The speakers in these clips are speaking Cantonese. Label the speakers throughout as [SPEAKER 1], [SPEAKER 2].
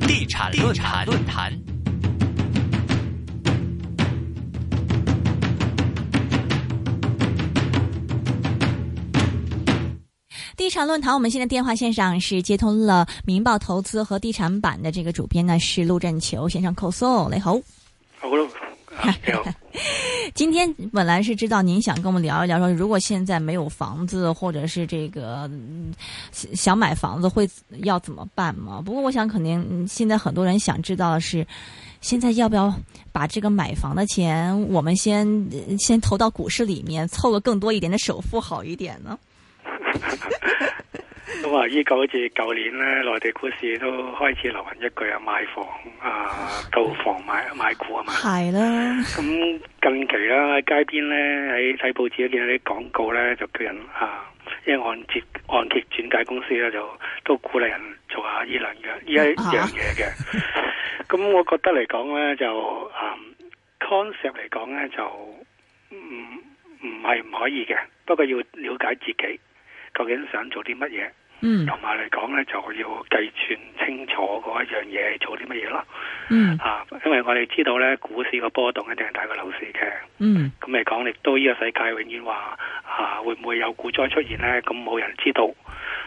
[SPEAKER 1] 地产论坛论坛。
[SPEAKER 2] 地产论坛，我们现在电话线上是接通了《明报投资》和地产版的这个主编呢是陆振球，线上扣搜你好。
[SPEAKER 3] 好咯，啊你好，
[SPEAKER 2] 今天本来是知道您想跟我们聊一聊，说如果现在没有房子，或者是这个嗯想想买房子会要怎么办嘛？不过我想，肯定嗯现在很多人想知道的是，现在要不要把这个买房的钱，我们先呃先投到股市里面，凑了更多一点的首付好一点呢？
[SPEAKER 3] 都話依啊個好似舊年咧，內地股市都開始流行一句啊，買房啊，購房買買股啊嘛。
[SPEAKER 2] 係啦，
[SPEAKER 3] 咁近期啦，喺街邊咧，喺睇報紙都見到啲廣告咧，就叫人啊，因為按揭按揭轉介公司咧，就都鼓勵人做下依兩樣依一樣嘢嘅。咁、我覺得嚟講咧，就啊、concept 嚟講咧，就唔唔係唔可以嘅，不過要了解自己究竟想做啲乜嘢。
[SPEAKER 2] 嗯
[SPEAKER 3] 同埋嚟講咧，就要計算清楚嗰一樣嘢做啲乜嘢啦。
[SPEAKER 2] 嗯
[SPEAKER 3] 啊，因為我哋知道咧，股市個波動一定係大過樓市嘅。
[SPEAKER 2] 嗯
[SPEAKER 3] 咁嚟講，亦都呢個世界永遠話啊，會唔會有股災出現呢？咁冇人知道。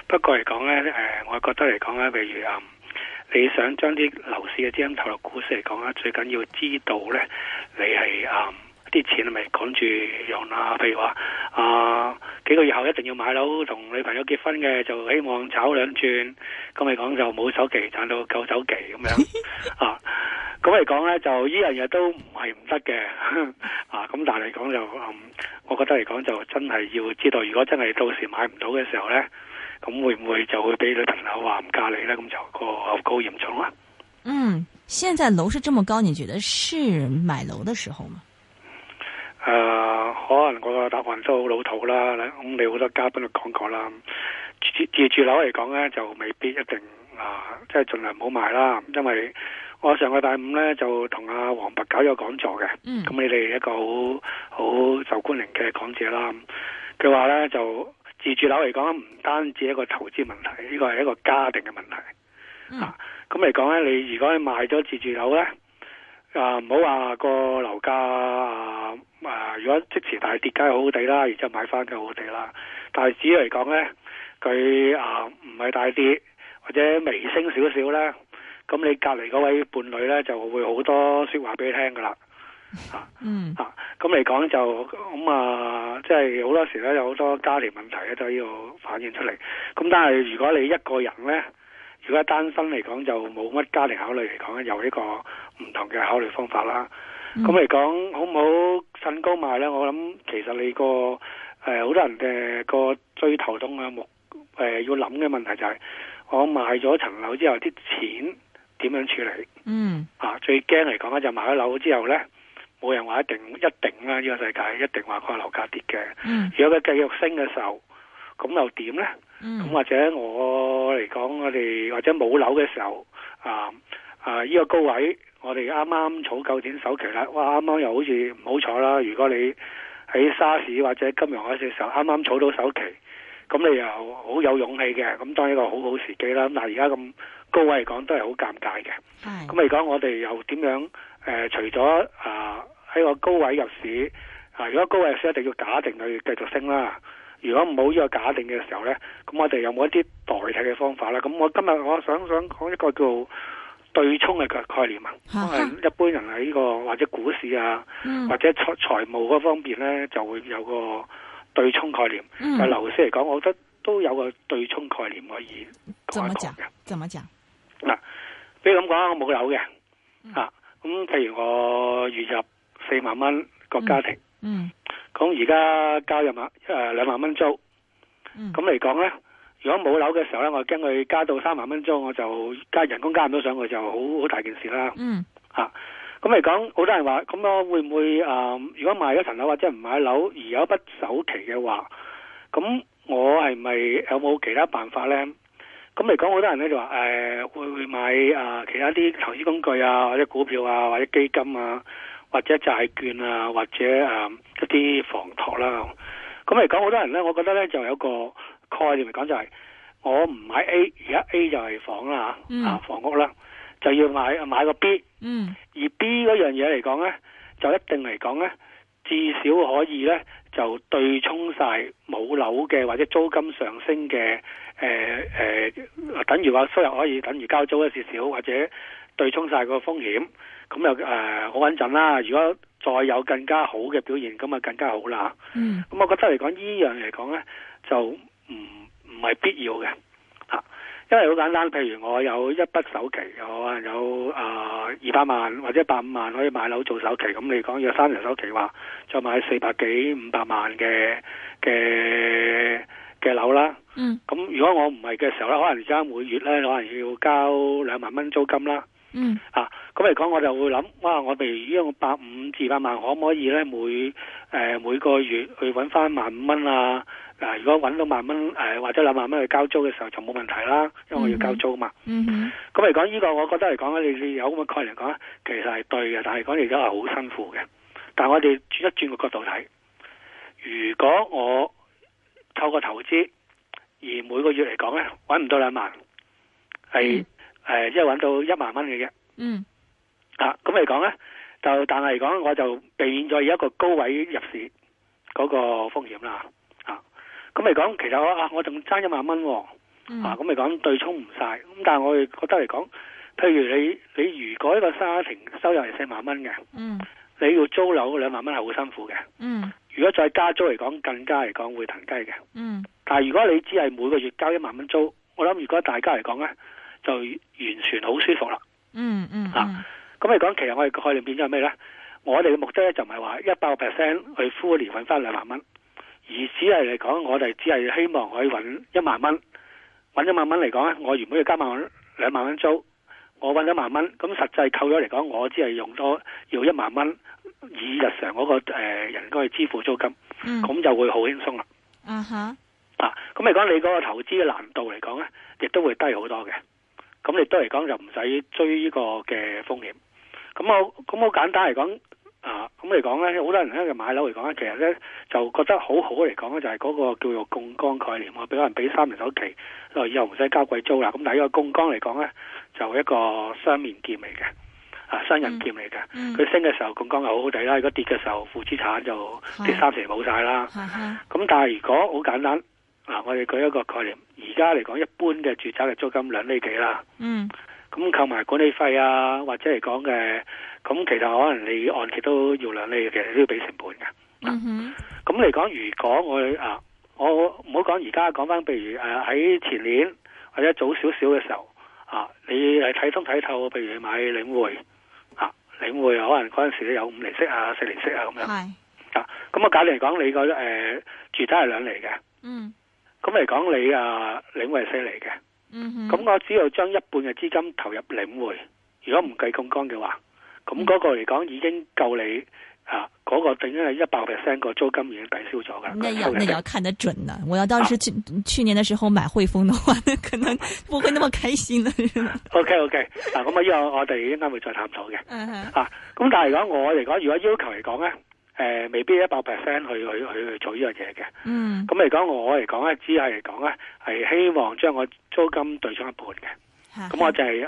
[SPEAKER 3] 不過嚟講呢，誒、我覺得嚟講呢，譬如啊，你想將啲樓市嘅資金投入股市嚟講呢，最緊要知道呢，你係啊啲錢係咪趕住用啦？譬如話啊，幾個月後一定要買樓，同女朋友結婚嘅，就希望炒兩轉。咁嚟講就冇首期賺到夠首期咁樣啊。咁嚟講咧，就呢樣嘢都唔係唔得嘅 啊！咁但係嚟講就，嗯，我覺得嚟講就真係要知道，如果真係到時買唔到嘅時候咧，咁會唔會就會俾女朋友話唔嫁你咧？咁就個後果嚴重啦。
[SPEAKER 2] 嗯，现在楼市这么高，你觉得是买楼的时候吗？
[SPEAKER 3] 誒、可啊能我個答案都好老土啦。咁你好多嘉賓都講過啦。自自住樓嚟講咧，就未必一定啊，即係盡量唔好買啦。因為我上個禮拜五咧就同阿黃伯搞咗個講座嘅。
[SPEAKER 2] 嗯
[SPEAKER 3] 咁你哋一個好好受歡迎嘅講者啦。佢話咧就自住樓嚟講，唔單止一個投資問題，呢個係一個家庭嘅問題。
[SPEAKER 2] 嗯
[SPEAKER 3] 咁嚟講咧，你如果賣咗自住樓咧，啊唔好話個樓價啊啊，如果即時大跌，梗係好好地啦，然之後買翻梗係好好地啦。但係只要嚟講咧，佢啊唔係大跌或者微升少少咧，咁你隔離嗰位伴侶咧就會好多説話俾你聽噶啦。
[SPEAKER 2] 嗯
[SPEAKER 3] 啊，咁嚟講就咁啊，即係好多時咧有好多家庭問題咧都要反映出嚟。咁但係如果你一個人咧，如果單身嚟講就冇乜家庭考慮嚟講咧，有呢個唔同嘅考慮方法啦。
[SPEAKER 2] 嗯
[SPEAKER 3] 咁嚟講好唔好趁高賣咧？我諗其實你個誒好多人嘅個最頭痛嘅目誒、要諗嘅問題就係、我賣咗層樓之後啲錢點樣處理？
[SPEAKER 2] 嗯
[SPEAKER 3] 啊，最驚嚟講咧就買咗樓之後咧，冇人話一定一定啦，呢、個世界一定話個樓價跌嘅。
[SPEAKER 2] 嗯
[SPEAKER 3] 如果佢繼續升嘅時候，咁又點咧？咁、
[SPEAKER 2] 嗯
[SPEAKER 3] 或者我嚟講，我哋或者冇樓嘅時候，啊啊依、個高位，我哋啱啱儲夠錢首期啦，哇啱啱又好似唔好彩啦。如果你喺沙士或者金融海嘯嘅時候啱啱儲到首期，咁你又好有勇氣嘅，咁當然一個好好時機啦。咁但係而家咁高位嚟講都係好尷尬嘅。
[SPEAKER 2] 系
[SPEAKER 3] 咁嚟講，我哋又點樣誒、呃除咗啊喺個高位入市啊，如果高位入市一定要假定佢繼續升啦。如果冇呢個假定嘅時候咧，咁我哋有冇一啲代替嘅方法咧？咁我今日我想想講一個叫對沖嘅概概念啊，
[SPEAKER 2] 啊哈
[SPEAKER 3] 可能一般人喺呢、個或者股市啊，
[SPEAKER 2] 嗯
[SPEAKER 3] 或者財財務嗰方面咧，就會有個對沖概念。
[SPEAKER 2] 嗯
[SPEAKER 3] 但樓市嚟講，我覺得都有個對沖概念可以
[SPEAKER 2] 怎
[SPEAKER 3] 講
[SPEAKER 2] 么
[SPEAKER 3] 一講
[SPEAKER 2] 讲
[SPEAKER 3] 嘅。？
[SPEAKER 2] 怎么讲？
[SPEAKER 3] 比如咁講，我冇樓嘅，
[SPEAKER 2] 嗯
[SPEAKER 3] 啊，咁譬如我月入四萬蚊個家庭，
[SPEAKER 2] 嗯
[SPEAKER 3] 咁而家交入萬誒兩萬蚊租，
[SPEAKER 2] 嗯
[SPEAKER 3] 咁嚟講咧，如果冇樓嘅時候咧，我驚佢加到三萬蚊租，我就加人工加唔到上去，就好好大件事啦。
[SPEAKER 2] 嗯
[SPEAKER 3] 咁嚟講，好多人話，咁我會唔會誒、呃如果賣咗層樓或者唔買樓，而有一筆首期嘅話，咁我係咪有冇其他辦法呢？咁嚟講，好多人咧就話誒、呃，會會買啊、呃其他啲投資工具啊，或者股票啊，或者基金啊，或者債券啊，或者誒、呃一啲房託啦。咁嚟講，好多人咧，我覺得咧就有個概念嚟講就係、我唔買 A，而家 A 就係房啦，
[SPEAKER 2] 嗯
[SPEAKER 3] 啊房屋啦。就要買買個 B，
[SPEAKER 2] 嗯
[SPEAKER 3] 而 B 嗰樣嘢嚟講呢，就一定嚟講呢，至少可以呢，就對沖晒冇樓嘅或者租金上升嘅誒誒，等於話收入可以等於交租一少少，或者對沖晒個風險，咁又誒呃好穩陣啦。如果再有更加好嘅表現，咁啊更加好啦。
[SPEAKER 2] 嗯
[SPEAKER 3] 咁我覺得嚟講，依樣嚟講呢，就唔唔係必要嘅嚇、啊因為好簡單，譬如我有一筆首期，我啊有啊二百萬或者百五萬可以買樓做首期，咁你講有三成首期話，再買四百幾五百萬嘅嘅嘅樓啦。
[SPEAKER 2] 嗯
[SPEAKER 3] 咁如果我唔係嘅時候呢，可能而家每月呢，可能要交兩萬蚊租金啦。
[SPEAKER 2] 嗯
[SPEAKER 3] 啊，咁嚟講，我就會諗，哇！我譬如呢個百五至百萬，可唔可以咧每誒、呃每個月去揾翻萬五蚊啊？嗱、如果揾到萬蚊誒或者兩萬蚊去交租嘅時候就冇問題啦，因為我要交租嘛。
[SPEAKER 2] 嗯哼
[SPEAKER 3] 咁嚟講，呢個我覺得嚟講咧，你你有咁嘅概念嚟講咧，其實係對嘅，但係講嚟講係好辛苦嘅。但係我哋轉一轉個角度睇，如果我透過投資而每個月嚟講咧揾唔到兩萬，係誒即係揾到一萬蚊嘅啫。
[SPEAKER 2] 嗯
[SPEAKER 3] 啊，咁嚟講咧，就但係嚟講，我就避免咗一個高位入市嗰個風險啦。啊，咁嚟講，其實我啊，我仲爭一萬蚊喎。啊，
[SPEAKER 2] 嗯
[SPEAKER 3] 咁嚟講對沖唔晒。咁但係我哋覺得嚟講，譬如你你如果一個家庭收入係四萬蚊嘅，
[SPEAKER 2] 嗯
[SPEAKER 3] 你要租樓兩萬蚊係好辛苦嘅。
[SPEAKER 2] 嗯
[SPEAKER 3] 如果再加租嚟講，更加嚟講會騰雞嘅。
[SPEAKER 2] 嗯
[SPEAKER 3] 但係如果你只係每個月交一萬蚊租，我諗如果大家嚟講咧，就完全好舒服啦。
[SPEAKER 2] 嗯嗯
[SPEAKER 3] 啊咁嚟講，其實我哋嘅概念變咗係咩呢？我哋嘅目的咧就唔係話一百 percent 去 fully 揾翻兩萬蚊，而只係嚟講，我哋只係希望可以揾一萬蚊，揾一萬蚊嚟講咧，我原本要加萬蚊兩萬蚊租，我揾一萬蚊，咁實際扣咗嚟講，我只係用多要一萬蚊，以日常嗰、個誒、呃人工去支付租金，
[SPEAKER 2] 嗯
[SPEAKER 3] 咁就會好輕鬆啦。
[SPEAKER 2] 啊哈
[SPEAKER 3] 啊，咁嚟講，你嗰個投資嘅難度嚟講咧，亦都會低好多嘅。咁亦都嚟講就唔使追呢個嘅風險。咁我咁好簡單嚟講，啊，咁嚟講咧，好多人咧買樓嚟講咧，其實咧就覺得好好嚟講咧，就係嗰個叫做槓桿概念。我俾人俾三年首期，就以後唔使交貴租啦。咁但係呢個槓桿嚟講咧，就一個雙面劍嚟嘅，啊，雙刃劍嚟嘅。
[SPEAKER 2] 嗯
[SPEAKER 3] 佢升嘅時候槓桿係好好地啦，如果跌嘅時候負資產就跌
[SPEAKER 2] 係
[SPEAKER 3] 三成冇晒啦。
[SPEAKER 2] 哈哈
[SPEAKER 3] 咁但係如果好簡單，嗱，我哋舉一個概念，而家嚟講一般嘅住宅嘅租金兩厘幾啦，
[SPEAKER 2] 嗯
[SPEAKER 3] 咁扣埋管理費啊，或者嚟講嘅，咁其實可能你按揭都要兩厘嘅，其實都要俾成本嘅。
[SPEAKER 2] 嗯哼
[SPEAKER 3] 咁嚟講，如果我哋啊，我唔好講而家，講翻譬如誒喺、前年或者早少少嘅時候啊，你係睇通睇透，譬如你買領匯啊，領匯可能嗰陣時有五厘息啊、四厘息啊咁樣
[SPEAKER 2] 係
[SPEAKER 3] 啊，咁我假嚟講，你個誒、呃住宅係兩厘嘅。
[SPEAKER 2] 嗯
[SPEAKER 3] 咁嚟講，你啊領匯係犀利嘅，
[SPEAKER 2] 嗯哼
[SPEAKER 3] 咁我只要將一半嘅資金投入領匯，如果唔計槓桿嘅話，咁嗰個嚟講已經夠你啊嗰、個整係一百 percent 個租金已經抵消咗 㗎啦。
[SPEAKER 2] 那要
[SPEAKER 3] 個收
[SPEAKER 2] 那
[SPEAKER 3] 益
[SPEAKER 2] 也要看得准呢。我要当时去、去年的时候买汇丰的话，那可能不会那么开心的。
[SPEAKER 3] OK OK，嗱咁啊，呢個我哋應該會再探討嘅。
[SPEAKER 2] 嗯哼，
[SPEAKER 3] 啊，咁但係講我嚟講，如果要求嚟講咧，誒、未必一百 percent 去去去去做呢樣嘢嘅。
[SPEAKER 2] 嗯，
[SPEAKER 3] 咁嚟講，我嚟講咧，只係嚟講咧，係希望將我租金對沖一半嘅。
[SPEAKER 2] 嗯
[SPEAKER 3] 咁我就係、誒，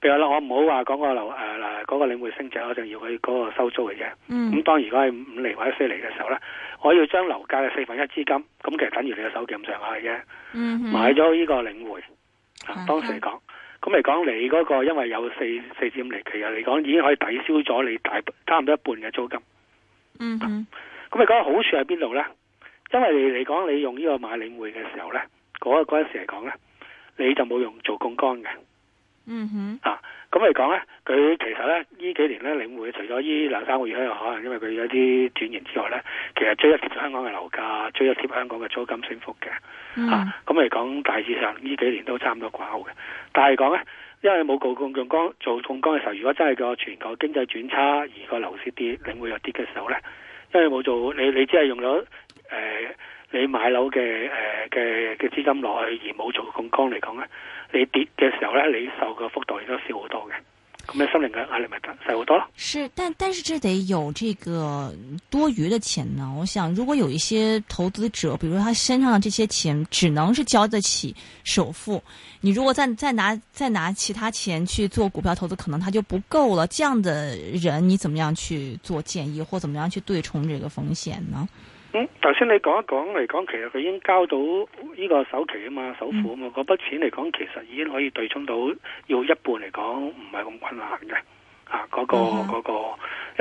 [SPEAKER 3] 譬如啦，我唔好話講個樓誒呃嗱嗰個領匯升值，我就要佢嗰個收租嘅啫。咁
[SPEAKER 2] 嗯
[SPEAKER 3] 當然，如果係五厘或者四厘嘅時候咧，我要將樓價嘅四分一資金，咁其實等於你嘅手咁上下嘅啫，
[SPEAKER 2] 嗯哼
[SPEAKER 3] 買咗呢個領匯啊
[SPEAKER 2] 嗯，
[SPEAKER 3] 當時嚟講，咁嚟講你嗰個因為有四四至五厘，其實嚟講已經可以抵消咗你大差唔多一半嘅租金。
[SPEAKER 2] 嗯哼
[SPEAKER 3] 咁你講好處喺邊度呢？因為你嚟講，你用呢個買領匯嘅時候呢，嗰嗰陣時嚟講呢，你就冇用做槓桿嘅。
[SPEAKER 2] 嗯哼
[SPEAKER 3] 啊，咁嚟講咧，佢其實咧呢幾年咧，領匯除咗呢兩三個月咧，可能因為佢有啲轉型之外咧，其實追一貼香港嘅樓價，追一貼香港嘅租金升幅嘅。
[SPEAKER 2] 嗯
[SPEAKER 3] 啊，咁嚟講大致上呢幾年都差唔多掛鈎嘅。但係講咧，因為冇做槓槓桿做槓桿嘅時候，如果真係個全球經濟轉差，而個樓市跌，領匯又跌嘅時候咧，因為冇做你你只係用咗誒、呃你買樓嘅誒嘅嘅資金落去，而冇做槓桿嚟講咧，你跌嘅時候咧，你受嘅幅度亦都少好多嘅。咁你心靈嘅壓力咪細好多咯。
[SPEAKER 2] 是，但但是这得有这个多余的钱呢。我想，如果有一些投资者，比如说他身上的这些钱只能是交得起首付，你如果再再拿再拿其他钱去做股票投资，可能他就不够了。这样的人，你怎么样去做建议，或怎么样去对冲这个风险呢？
[SPEAKER 3] 咁嗯頭先你講一講嚟講，其實佢已經交到呢個首期啊嘛，首
[SPEAKER 2] 嗯
[SPEAKER 3] 付啊嘛，嗰筆錢嚟講，其實已經可以對沖到要一半嚟講，唔係咁困難嘅。啊，嗰、個
[SPEAKER 2] 嗯哼
[SPEAKER 3] 嗰、個，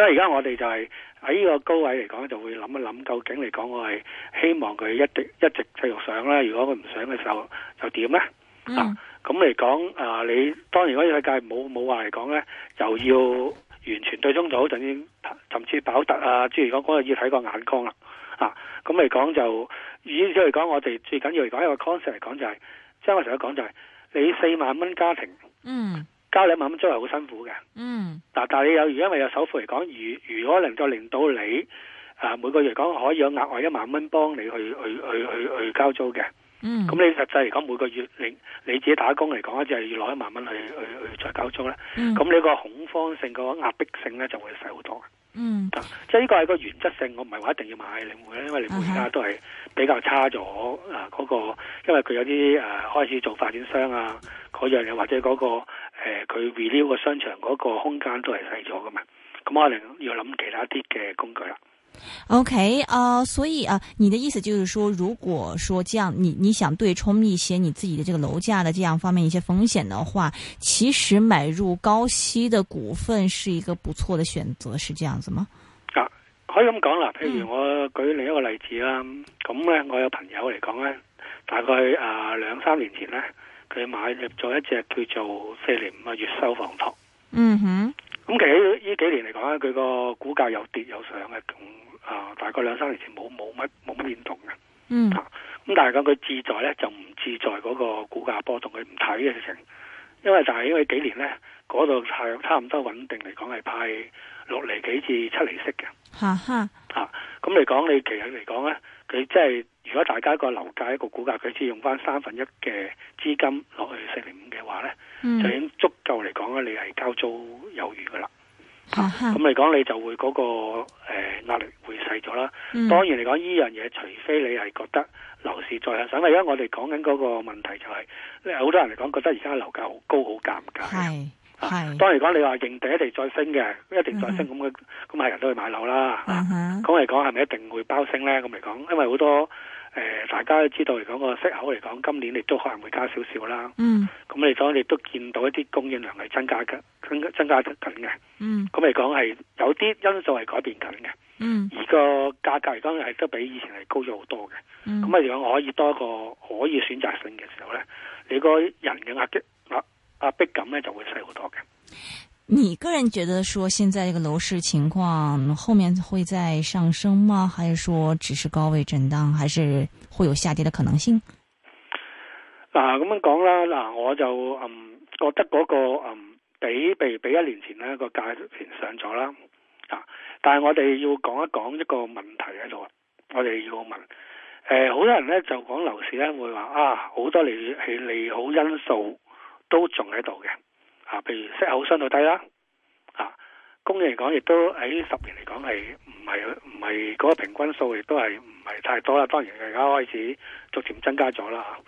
[SPEAKER 3] 因為而家我哋就係喺呢個高位嚟講，就會諗一諗究竟嚟講，我係希望佢一直一直繼續上啦。如果佢唔上嘅時候，又點呢？
[SPEAKER 2] 嗯
[SPEAKER 3] 咁嚟講，啊、你當然嗰個世界冇冇話嚟講咧，又要完全對沖到，甚至甚至飽突啊，諸如講嗰個要睇個眼光啦。啊，咁嚟講就，以即嚟講，我哋最緊要嚟講一個 concept 嚟講就係、即係我成日講就係、你四萬蚊家庭
[SPEAKER 2] 嗯
[SPEAKER 3] 交兩萬蚊租係好辛苦嘅。
[SPEAKER 2] 嗯
[SPEAKER 3] 嗱，但係你有因為有首付嚟講，如如果能夠令到你啊每個月嚟講可以有額外一萬蚊幫你去去去去去交租嘅。
[SPEAKER 2] 嗯，
[SPEAKER 3] 咁你實際嚟講，每個月你你自己打工嚟講，就係要攞一萬蚊去去去再交租咧。
[SPEAKER 2] 嗯
[SPEAKER 3] 咁你個恐慌性、個壓迫性咧就會細好多。
[SPEAKER 2] 嗯
[SPEAKER 3] 即係呢個係個原則性，我唔係話一定要買領匯咧，因為領匯
[SPEAKER 2] 啊
[SPEAKER 3] 而
[SPEAKER 2] 哈
[SPEAKER 3] 家都係比較差咗啊嗰個，因為佢有啲誒、呃、開始做發展商啊嗰樣嘢，或者嗰、個呃佢、renew 個商場嗰個空間都係細咗噶嘛。咁可能要諗其他啲嘅工具啦。
[SPEAKER 2] ，OK 啊、所以啊、你的意思就是说，如果说这样，你你想对冲一些你自己的这个楼价的这样方面一些风险的话，其实买入高息的股份是一个不错的选择，是这样子吗？
[SPEAKER 3] 啊，可以咁講啦。譬
[SPEAKER 2] 嗯
[SPEAKER 3] 如我舉另一個例子啦，咁咧我有朋友嚟講咧，大概啊兩三年前咧，佢買入咗一隻叫做四零五嘅越秀房託。
[SPEAKER 2] 嗯哼，
[SPEAKER 3] 咁其實呢幾年嚟講咧，佢個股價有跌有上嘅，咁啊大概兩三年前冇冇乜冇乜變動嘅。
[SPEAKER 2] 嗯
[SPEAKER 3] 咁但係講佢志在咧就唔志在嗰個股價波動，佢唔睇嘅事情，因為就係因為幾年咧嗰度係差唔多穩定嚟講係派六厘幾至七厘息嘅。
[SPEAKER 2] 哈哈，
[SPEAKER 3] 啊，咁嚟講，你其實嚟講咧，佢即係如果大家個樓價一個股價，佢只用翻三分一嘅資金落去四零五嘅話咧，就已
[SPEAKER 2] 嗯，
[SPEAKER 3] 經足夠嚟講咧，你係交租有餘噶啦。
[SPEAKER 2] 哈啊哈
[SPEAKER 3] 咁，嚟講，你就會嗰、個誒、呃、壓力會細咗啦。
[SPEAKER 2] 嗯
[SPEAKER 3] 當然嚟講，呢樣嘢除非你係覺得樓市再向上，因為而家我哋講緊嗰個問題就係、好多人嚟講覺得而家樓價好高，好尷尬。
[SPEAKER 2] 係
[SPEAKER 3] 啊
[SPEAKER 2] 係，
[SPEAKER 3] 當然講，你話認定一定再升嘅，一定再升咁嘅，咁係人都去買樓啦。啊
[SPEAKER 2] 嗯哼，
[SPEAKER 3] 咁嚟講係咪一定會包升呢？咁嚟講，因為好多誒、呃大家都知道嚟講個息口嚟講，今年亦都可能會加少少啦。
[SPEAKER 2] 嗯
[SPEAKER 3] 咁嚟講，亦都見到一啲供應量係增加嘅，增加增加緊嘅。
[SPEAKER 2] 嗯
[SPEAKER 3] 咁嚟講係有啲因素係改變緊嘅，
[SPEAKER 2] 嗯
[SPEAKER 3] 而個價格嚟講係都比以前係高咗好多嘅。
[SPEAKER 2] 嗯，
[SPEAKER 3] 咁啊，如果我可以多一個可以選擇性嘅時候呢，你個人嘅壓迫壓壓迫感呢就會細好多嘅。
[SPEAKER 2] 你个人觉得说现在这个楼市情况后面会再上升吗？还是说只是高位震荡，还是会有下跌的可能性？
[SPEAKER 3] 嗱咁樣講啦，嗱我就嗯覺得嗰、個嗯比比比一年前咧個價錢上咗啦，啊！但係我哋要講一講一個問題喺度啊，我哋要問誒好、多人咧就講樓市咧會話啊好多利係利好因素都仲喺度嘅啊，譬如息口相對低啦，啊供應嚟講亦都喺十年嚟講係唔係唔係嗰個平均數亦都係唔係太多啦，當然而家開始逐漸增加咗啦嚇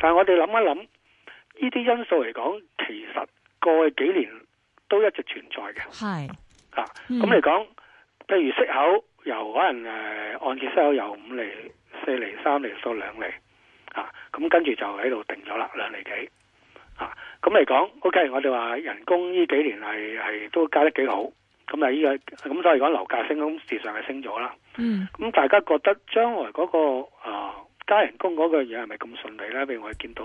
[SPEAKER 3] 但係我哋諗一諗，呢啲因素嚟講，其實過去幾年都一直存在嘅啊
[SPEAKER 2] 嗨，
[SPEAKER 3] 嚇。
[SPEAKER 2] 嗯
[SPEAKER 3] 咁嚟講，譬如息口由可能誒、呃按揭息口由五厘、四厘、三厘到兩厘啊，咁跟住就喺度定咗啦，兩厘幾啊。咁嚟講，OK，我哋話人工呢幾年係係都加得幾好，咁啊呢個咁所以講樓價升，咁事實上係升咗啦。
[SPEAKER 2] 嗯
[SPEAKER 3] 咁大家覺得將來嗰、個啊、加人工嗰個嘢係咪咁順利呢？譬如我哋見到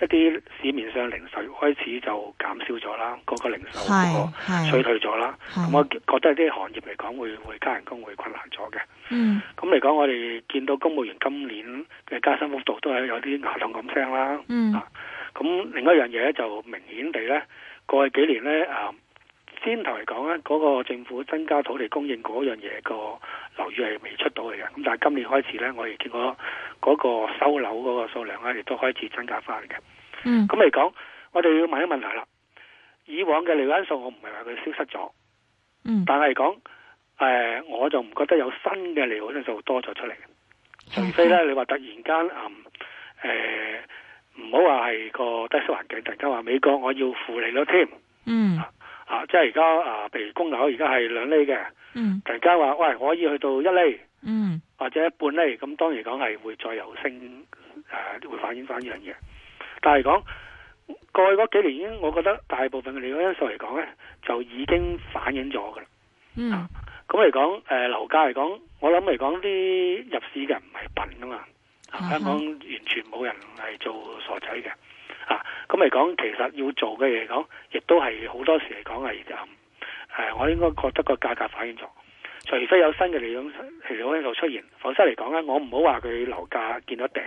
[SPEAKER 3] 一啲市面上零售業開始就減少咗啦，嗰、個零售
[SPEAKER 2] 嗨
[SPEAKER 3] 嗰個衰
[SPEAKER 2] 嗨，
[SPEAKER 3] 退咗啦。咁我
[SPEAKER 2] 嗨，
[SPEAKER 3] 覺得啲行業嚟講會會加人工會困難咗嘅。
[SPEAKER 2] 嗯
[SPEAKER 3] 咁嚟講，我哋見到公務員今年嘅加薪幅度都係有啲牙痛咁聲啦。
[SPEAKER 2] 嗯
[SPEAKER 3] 咁另一樣嘢咧就明顯地咧，過去幾年咧啊，先頭嚟講咧，嗰、個政府增加土地供應嗰樣嘢個樓宇係未出到嚟嘅，咁但係今年開始咧，我哋見到嗰個收樓嗰個數量咧，亦都開始增加翻嘅。
[SPEAKER 2] 嗯
[SPEAKER 3] 咁嚟講，我哋要問一問題啦。以往嘅利好因素，我唔係話佢消失咗，
[SPEAKER 2] 嗯
[SPEAKER 3] 但係講誒，我就唔覺得有新嘅利好因素多咗出嚟。除
[SPEAKER 2] 嗯
[SPEAKER 3] 非咧，你話突然間嗯誒，唔好話係個低息環境，突然間話美國我要負利率添
[SPEAKER 2] 嗯
[SPEAKER 3] 啊！即係而家啊，譬如供樓而家係兩厘嘅，
[SPEAKER 2] 嗯
[SPEAKER 3] 突然間話喂可以去到一厘
[SPEAKER 2] 嗯
[SPEAKER 3] 或者半厘，咁當然講係會再由升誒、啊會反映翻呢樣嘢。但係講過去嗰幾年已經，我覺得大部分嘅利好因素嚟講咧，就已經反映咗㗎啦。
[SPEAKER 2] 嗯
[SPEAKER 3] 咁嚟講，誒、樓價嚟講，我諗嚟講啲入市嘅人唔係笨噶嘛，
[SPEAKER 2] 嗯哼
[SPEAKER 3] 啊香港完全冇人係做傻仔嘅，啊，咁嚟講其實要做嘅嘢嚟講，亦都係好多時嚟講係誒，誒我應該覺得個價格反映咗，除非有新嘅利好利好因素出現，否則嚟講咧，我唔好話佢樓價見到頂，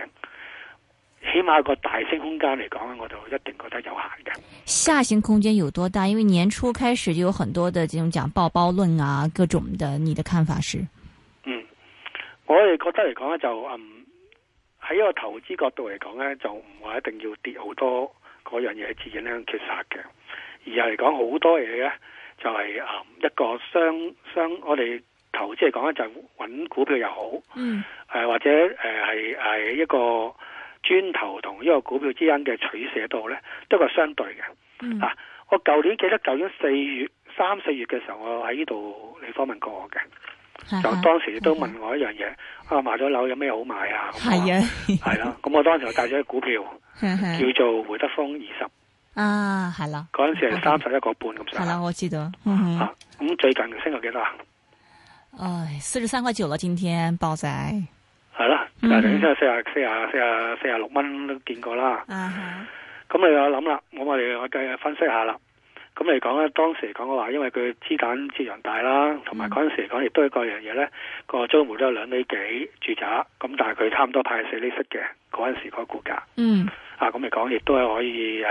[SPEAKER 3] 起碼個大升空間嚟講咧，我就一定覺得有限嘅。
[SPEAKER 2] 下行空间有多大？因为年初开始就有很多的这种讲爆包论啊，各种的，你的看法是？
[SPEAKER 3] 嗯，我哋覺得嚟講咧，就嗯喺一個投資角度嚟講咧，就唔話一定要跌好多嗰樣嘢自然咧決殺嘅，而係嚟講好多嘢咧就係、嗯一個相相我哋投資嚟講咧就係揾股票又好，誒、
[SPEAKER 2] 嗯
[SPEAKER 3] 或者誒係係一個磚頭同一個股票之間嘅取捨度咧，都係相對嘅。
[SPEAKER 2] 嗯
[SPEAKER 3] 啊我舊年記得舊年四月三四月嘅時候，我喺呢度你訪問過我嘅。
[SPEAKER 2] 嗯
[SPEAKER 3] 就當時亦都問我一樣嘢，啊買咗樓有咩好買啊？
[SPEAKER 2] 係
[SPEAKER 3] 啊，
[SPEAKER 2] 啊，嗯
[SPEAKER 3] 係啦，咁我當時就帶咗啲股票， 叫做會德豐二十，
[SPEAKER 2] 啊係啦，
[SPEAKER 3] 嗰陣時係三十一個半咁
[SPEAKER 2] 係
[SPEAKER 3] 上
[SPEAKER 2] 啦，
[SPEAKER 3] 下。
[SPEAKER 2] 我知道，嗯哼，
[SPEAKER 3] 啊，咁最近升到幾多啊？
[SPEAKER 2] 唉，四十三塊九了，今天包仔，
[SPEAKER 3] 係啦，
[SPEAKER 2] 嗯
[SPEAKER 3] 但係頭先四啊四啊四啊四啊六蚊都見過啦。
[SPEAKER 2] 啊哈，
[SPEAKER 3] 咁你又諗啦，咁我哋我計分析下啦。咁嚟講咧，當時嚟講我話，因為佢資產折讓大啦，
[SPEAKER 2] 嗯
[SPEAKER 3] 同埋嗰陣時嚟講亦都有一個樣嘢咧，個租戶都有兩厘幾住宅，咁但係佢差唔多派四厘息嘅嗰陣時嗰個股價。
[SPEAKER 2] 嗯
[SPEAKER 3] 啊，咁嚟講亦都係可以誒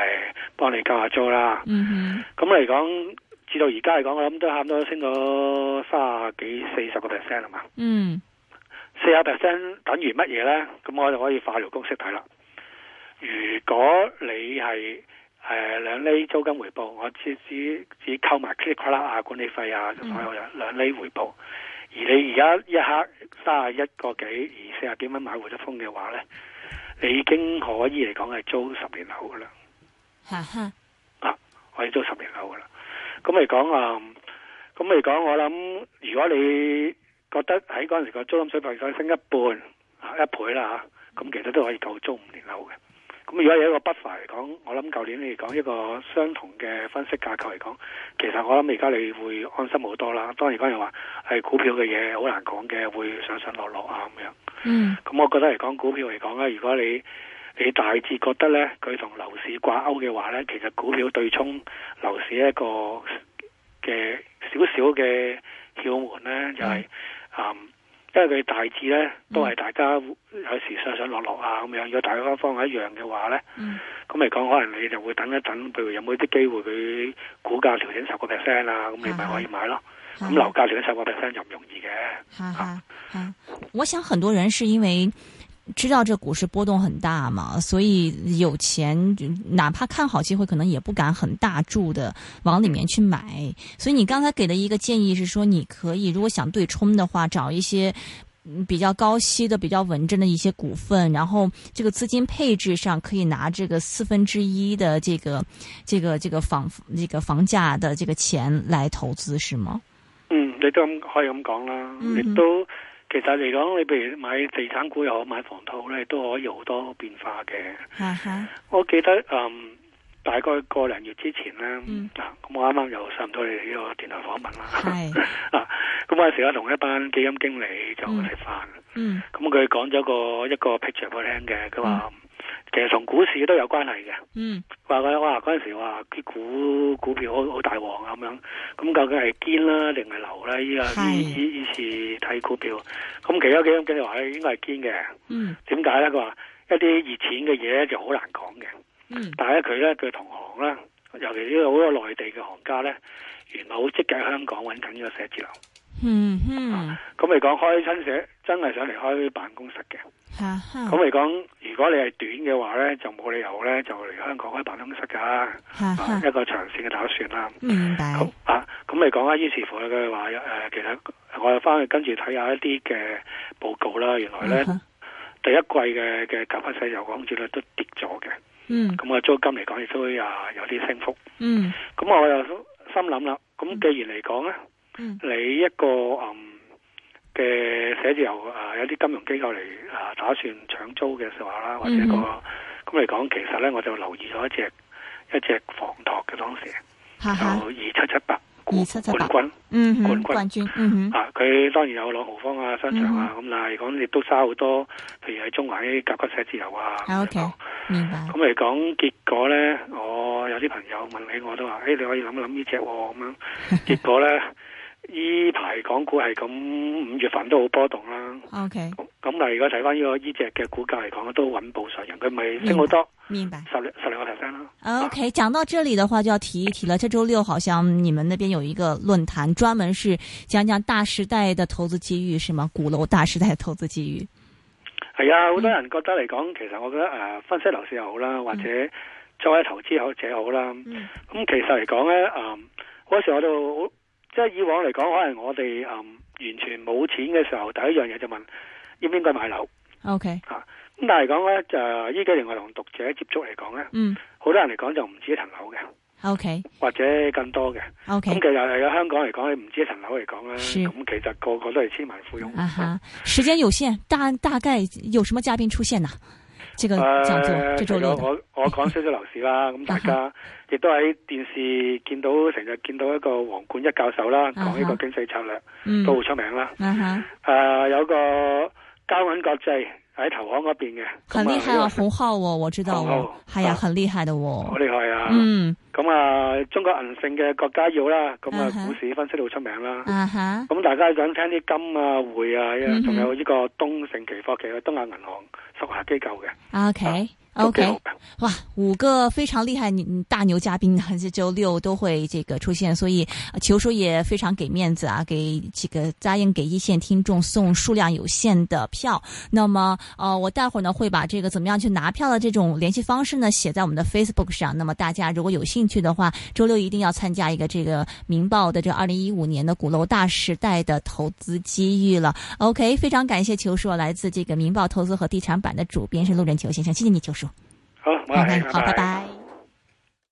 [SPEAKER 3] 幫你交下租啦。
[SPEAKER 2] 嗯
[SPEAKER 3] 咁嚟講，至到而家嚟講，我諗都差唔多升咗三十幾、四十個 percent 啦嘛。
[SPEAKER 2] 哼，嗯
[SPEAKER 3] 四十 percent 等於乜嘢呢？咁我就可以化條公式睇啦。如果你係誒兩厘租金回報，我只只只扣埋 c l i c 啦啊管理費啊，所有嘢兩厘回報。而你而家一刻三十一個幾而四十幾蚊買回德豐嘅話呢，你已經可以嚟講係租十年樓噶啦。
[SPEAKER 2] 哈哈，
[SPEAKER 3] 我哋都十年後噶啦。咁嚟講啊，嗯咁嚟講，我諗如果你覺得喺嗰陣時個租金水平再升一半啊一倍啦嚇，咁其實都可以夠租五年樓嘅。咁如果有一個 buffer 嚟講，我諗舊年嚟講一個相同嘅分析架構嚟講，其實我諗而家你會安心好多啦。當然講又話係股票嘅嘢好難講嘅，會上上落落啊咁樣。
[SPEAKER 2] 嗯
[SPEAKER 3] 咁我覺得嚟講，股票嚟講咧，如果你你大致覺得咧，佢同樓市掛鈎嘅話咧，其實股票對沖樓市一個嘅少少嘅竅門咧，就係、嗯因為佢大致咧都係大家有時上上落落啊咁樣，如果大家方向一樣嘅話咧，
[SPEAKER 2] 嗯
[SPEAKER 3] 咁嚟講可能你就會等一等，譬如有冇啲機會佢股價調整十個 percent 啊，咁你咪可以買咯。
[SPEAKER 2] 哈
[SPEAKER 3] 咁樓價調整十個 percent 就唔容易嘅。
[SPEAKER 2] 哈哈哈！我想很多人是因为知道这股市波动很大嘛，所以有钱哪怕看好机会，可能也不敢很大注的往里面去买。所以你刚才给的一个建议是说，你可以如果想对冲的话，找一些。嗯比较高息的、比较稳阵的一些股份，然后这个资金配置上可以拿这个四分之一的这个、这个、这个房、这个房价的这个钱来投资，是吗？
[SPEAKER 3] 嗯，你都咁可以咁講啦，
[SPEAKER 2] 嗯
[SPEAKER 3] 亦都其實嚟講，你譬如買地產股又好，買房套咧，都可以好多變化嘅。
[SPEAKER 2] 哈哈，
[SPEAKER 3] 我記得嗯，大概個零月之前咧，
[SPEAKER 2] 嗯
[SPEAKER 3] 啊，咁我啱啱又上唔到你哋呢個電台訪問啦。 啊
[SPEAKER 2] 嗨，
[SPEAKER 3] 咁嗰陣時，我同一班基金經理就
[SPEAKER 2] 嗯
[SPEAKER 3] 食飯，
[SPEAKER 2] 嗯。
[SPEAKER 3] 咁佢講咗個一個 picture 俾我聽嘅，佢話其實同股市都有關係嘅。
[SPEAKER 2] 嗯
[SPEAKER 3] 話佢哇嗰陣時話啲股股票好好大旺啊咁樣，咁究竟係堅啦定係流咧？依家
[SPEAKER 2] 係
[SPEAKER 3] 依依依次睇股票，咁其他幾咁經理話咧應該係堅嘅，
[SPEAKER 2] 嗯
[SPEAKER 3] 點解咧？佢話一啲熱錢嘅嘢咧就好難講嘅，
[SPEAKER 2] 嗯
[SPEAKER 3] 但係咧佢咧佢同行啦，尤其呢好多內地嘅行家咧，原來好積極喺香港揾緊呢個寫字樓，
[SPEAKER 2] 嗯哼，
[SPEAKER 3] 咁嚟講開親社真係上嚟開辦公室嘅。
[SPEAKER 2] 哈哈
[SPEAKER 3] 咁，嚟講，如果你係短嘅話呢，就冇理由呢，就嚟香港開辦公室㗎、啊
[SPEAKER 2] 哈哈，
[SPEAKER 3] 一個長線嘅打算啦。
[SPEAKER 2] 明白
[SPEAKER 3] 咁，啊，咁嚟講啊，於是乎佢話誒，其實我又翻去跟住睇下一啲嘅報告啦。原來呢，
[SPEAKER 2] 嗯哼
[SPEAKER 3] 第一季嘅嘅九分四油港紙咧都跌咗嘅，
[SPEAKER 2] 嗯
[SPEAKER 3] 咁啊租金嚟講亦都啊有啲升幅。
[SPEAKER 2] 嗯
[SPEAKER 3] 咁我又心諗啦，咁既然嚟講呢，
[SPEAKER 2] 嗯
[SPEAKER 3] 你一個嗯嘅寫字樓啊，有啲金融機構嚟啊打算搶租嘅時候啦，或者個
[SPEAKER 2] 嗯
[SPEAKER 3] 咁嚟講，其實呢，我就留意咗一隻一隻房託嘅當時
[SPEAKER 2] 哈
[SPEAKER 3] 就
[SPEAKER 2] 啊哈，
[SPEAKER 3] 二七七八
[SPEAKER 2] 2778
[SPEAKER 3] 冠軍。
[SPEAKER 2] 嗯哼，
[SPEAKER 3] 冠軍
[SPEAKER 2] 冠軍，嗯哼，
[SPEAKER 3] 啊！佢當然有朗豪坊啊、商場啊，咁但係講亦都收好多，譬如喺中環啲甲級寫字樓啊。
[SPEAKER 2] 啊，OK 明白，
[SPEAKER 3] 咁嚟講，結果呢，我有啲朋友問起我都話：，誒、你可以諗一諗呢只喎咁樣。 結果呢，依排港股係咁，五月份都好波動啦。
[SPEAKER 2] ，OK，
[SPEAKER 3] 咁但係如果睇翻呢個呢只嘅股價嚟講，都穩步上揚，佢咪升好多
[SPEAKER 2] 明白。
[SPEAKER 3] 十零十零個 percent 啦。啊
[SPEAKER 2] OK，讲到这里的话，就要提一提了。这周六好像你们那边有一个论坛，专门是讲讲大时代的投资机遇，是吗？鼓楼大时代的投资机遇。
[SPEAKER 3] 係啊，好多人覺得嚟講，其實我覺得誒、呃分析樓市又好啦，或者作為投資學者好啦。
[SPEAKER 2] 嗯
[SPEAKER 3] 咁其實嚟講咧，嗯，嗰時我度即係以往嚟講，可能我哋嗯完全冇錢嘅時候，第一樣嘢就問應唔應該買樓。啊
[SPEAKER 2] ，OK，
[SPEAKER 3] 咁但係講咧，就依幾年我同讀者接觸嚟講咧，
[SPEAKER 2] 嗯
[SPEAKER 3] 好多人嚟講就唔止一層樓嘅，
[SPEAKER 2] ，OK，OK，、
[SPEAKER 3] 或者更多嘅。咁其實嚟講香港嚟講，你唔止一層樓嚟講咧，
[SPEAKER 2] 是
[SPEAKER 3] 咁其實個個都係千萬富翁。
[SPEAKER 2] 啊哈，时间有限，大大概有什么嘉宾出现呢？这个讲座、
[SPEAKER 3] 啊誒
[SPEAKER 2] 这周六的，
[SPEAKER 3] 呃我我講少少樓市啦，咁大
[SPEAKER 2] 啊
[SPEAKER 3] 家亦都喺電視見到成日見到一個黃冠一教授啦，講呢個經濟策略
[SPEAKER 2] 啊嗯
[SPEAKER 3] 都好出名啦。
[SPEAKER 2] 啊哈，
[SPEAKER 3] 誒、呃有個交銀國際喺投行嗰邊嘅，
[SPEAKER 2] 很厉害
[SPEAKER 3] 咁
[SPEAKER 2] 啊，
[SPEAKER 3] 啊
[SPEAKER 2] 洪浩哦，我知道
[SPEAKER 3] 洪
[SPEAKER 2] 哦
[SPEAKER 3] 浩，
[SPEAKER 2] 哎呀，
[SPEAKER 3] 啊
[SPEAKER 2] 很厉害的
[SPEAKER 3] 好
[SPEAKER 2] 哦，
[SPEAKER 3] 厲害啊！
[SPEAKER 2] 嗯
[SPEAKER 3] 咁啊，中國銀盛嘅國家要啦，咁啊
[SPEAKER 2] 嗯，哼
[SPEAKER 3] 股市分析到出名啦。
[SPEAKER 2] 啊哈，
[SPEAKER 3] 咁大家想聽啲金啊、匯啊
[SPEAKER 2] 嗯，哼
[SPEAKER 3] 仲有呢個東盛期貨期嘅東亞銀行屬下機構嘅
[SPEAKER 2] OK
[SPEAKER 3] 都幾
[SPEAKER 2] OK，
[SPEAKER 3] 好嘅。
[SPEAKER 2] 哇，五个非常厉害你大牛嘉宾呢，这周六都会这个出现，所以呃球叔也非常给面子啊，给这个答应给一线听众送数量有限的票。那么呃，我待会儿呢会把这个怎么样去拿票的这种联系方式呢写在我们的 Facebook 上。那么大家如果有兴趣的话，周六一定要参加一个这个《明报》的这二零一五年的鼓楼大时代的投资机遇了。OK，非常感谢球叔，来自这个《明报》投资和地产版的主编是陆振球先生，谢谢你，球叔。
[SPEAKER 3] 好，冇
[SPEAKER 2] 好
[SPEAKER 3] 客氣
[SPEAKER 2] 的，好，拜拜。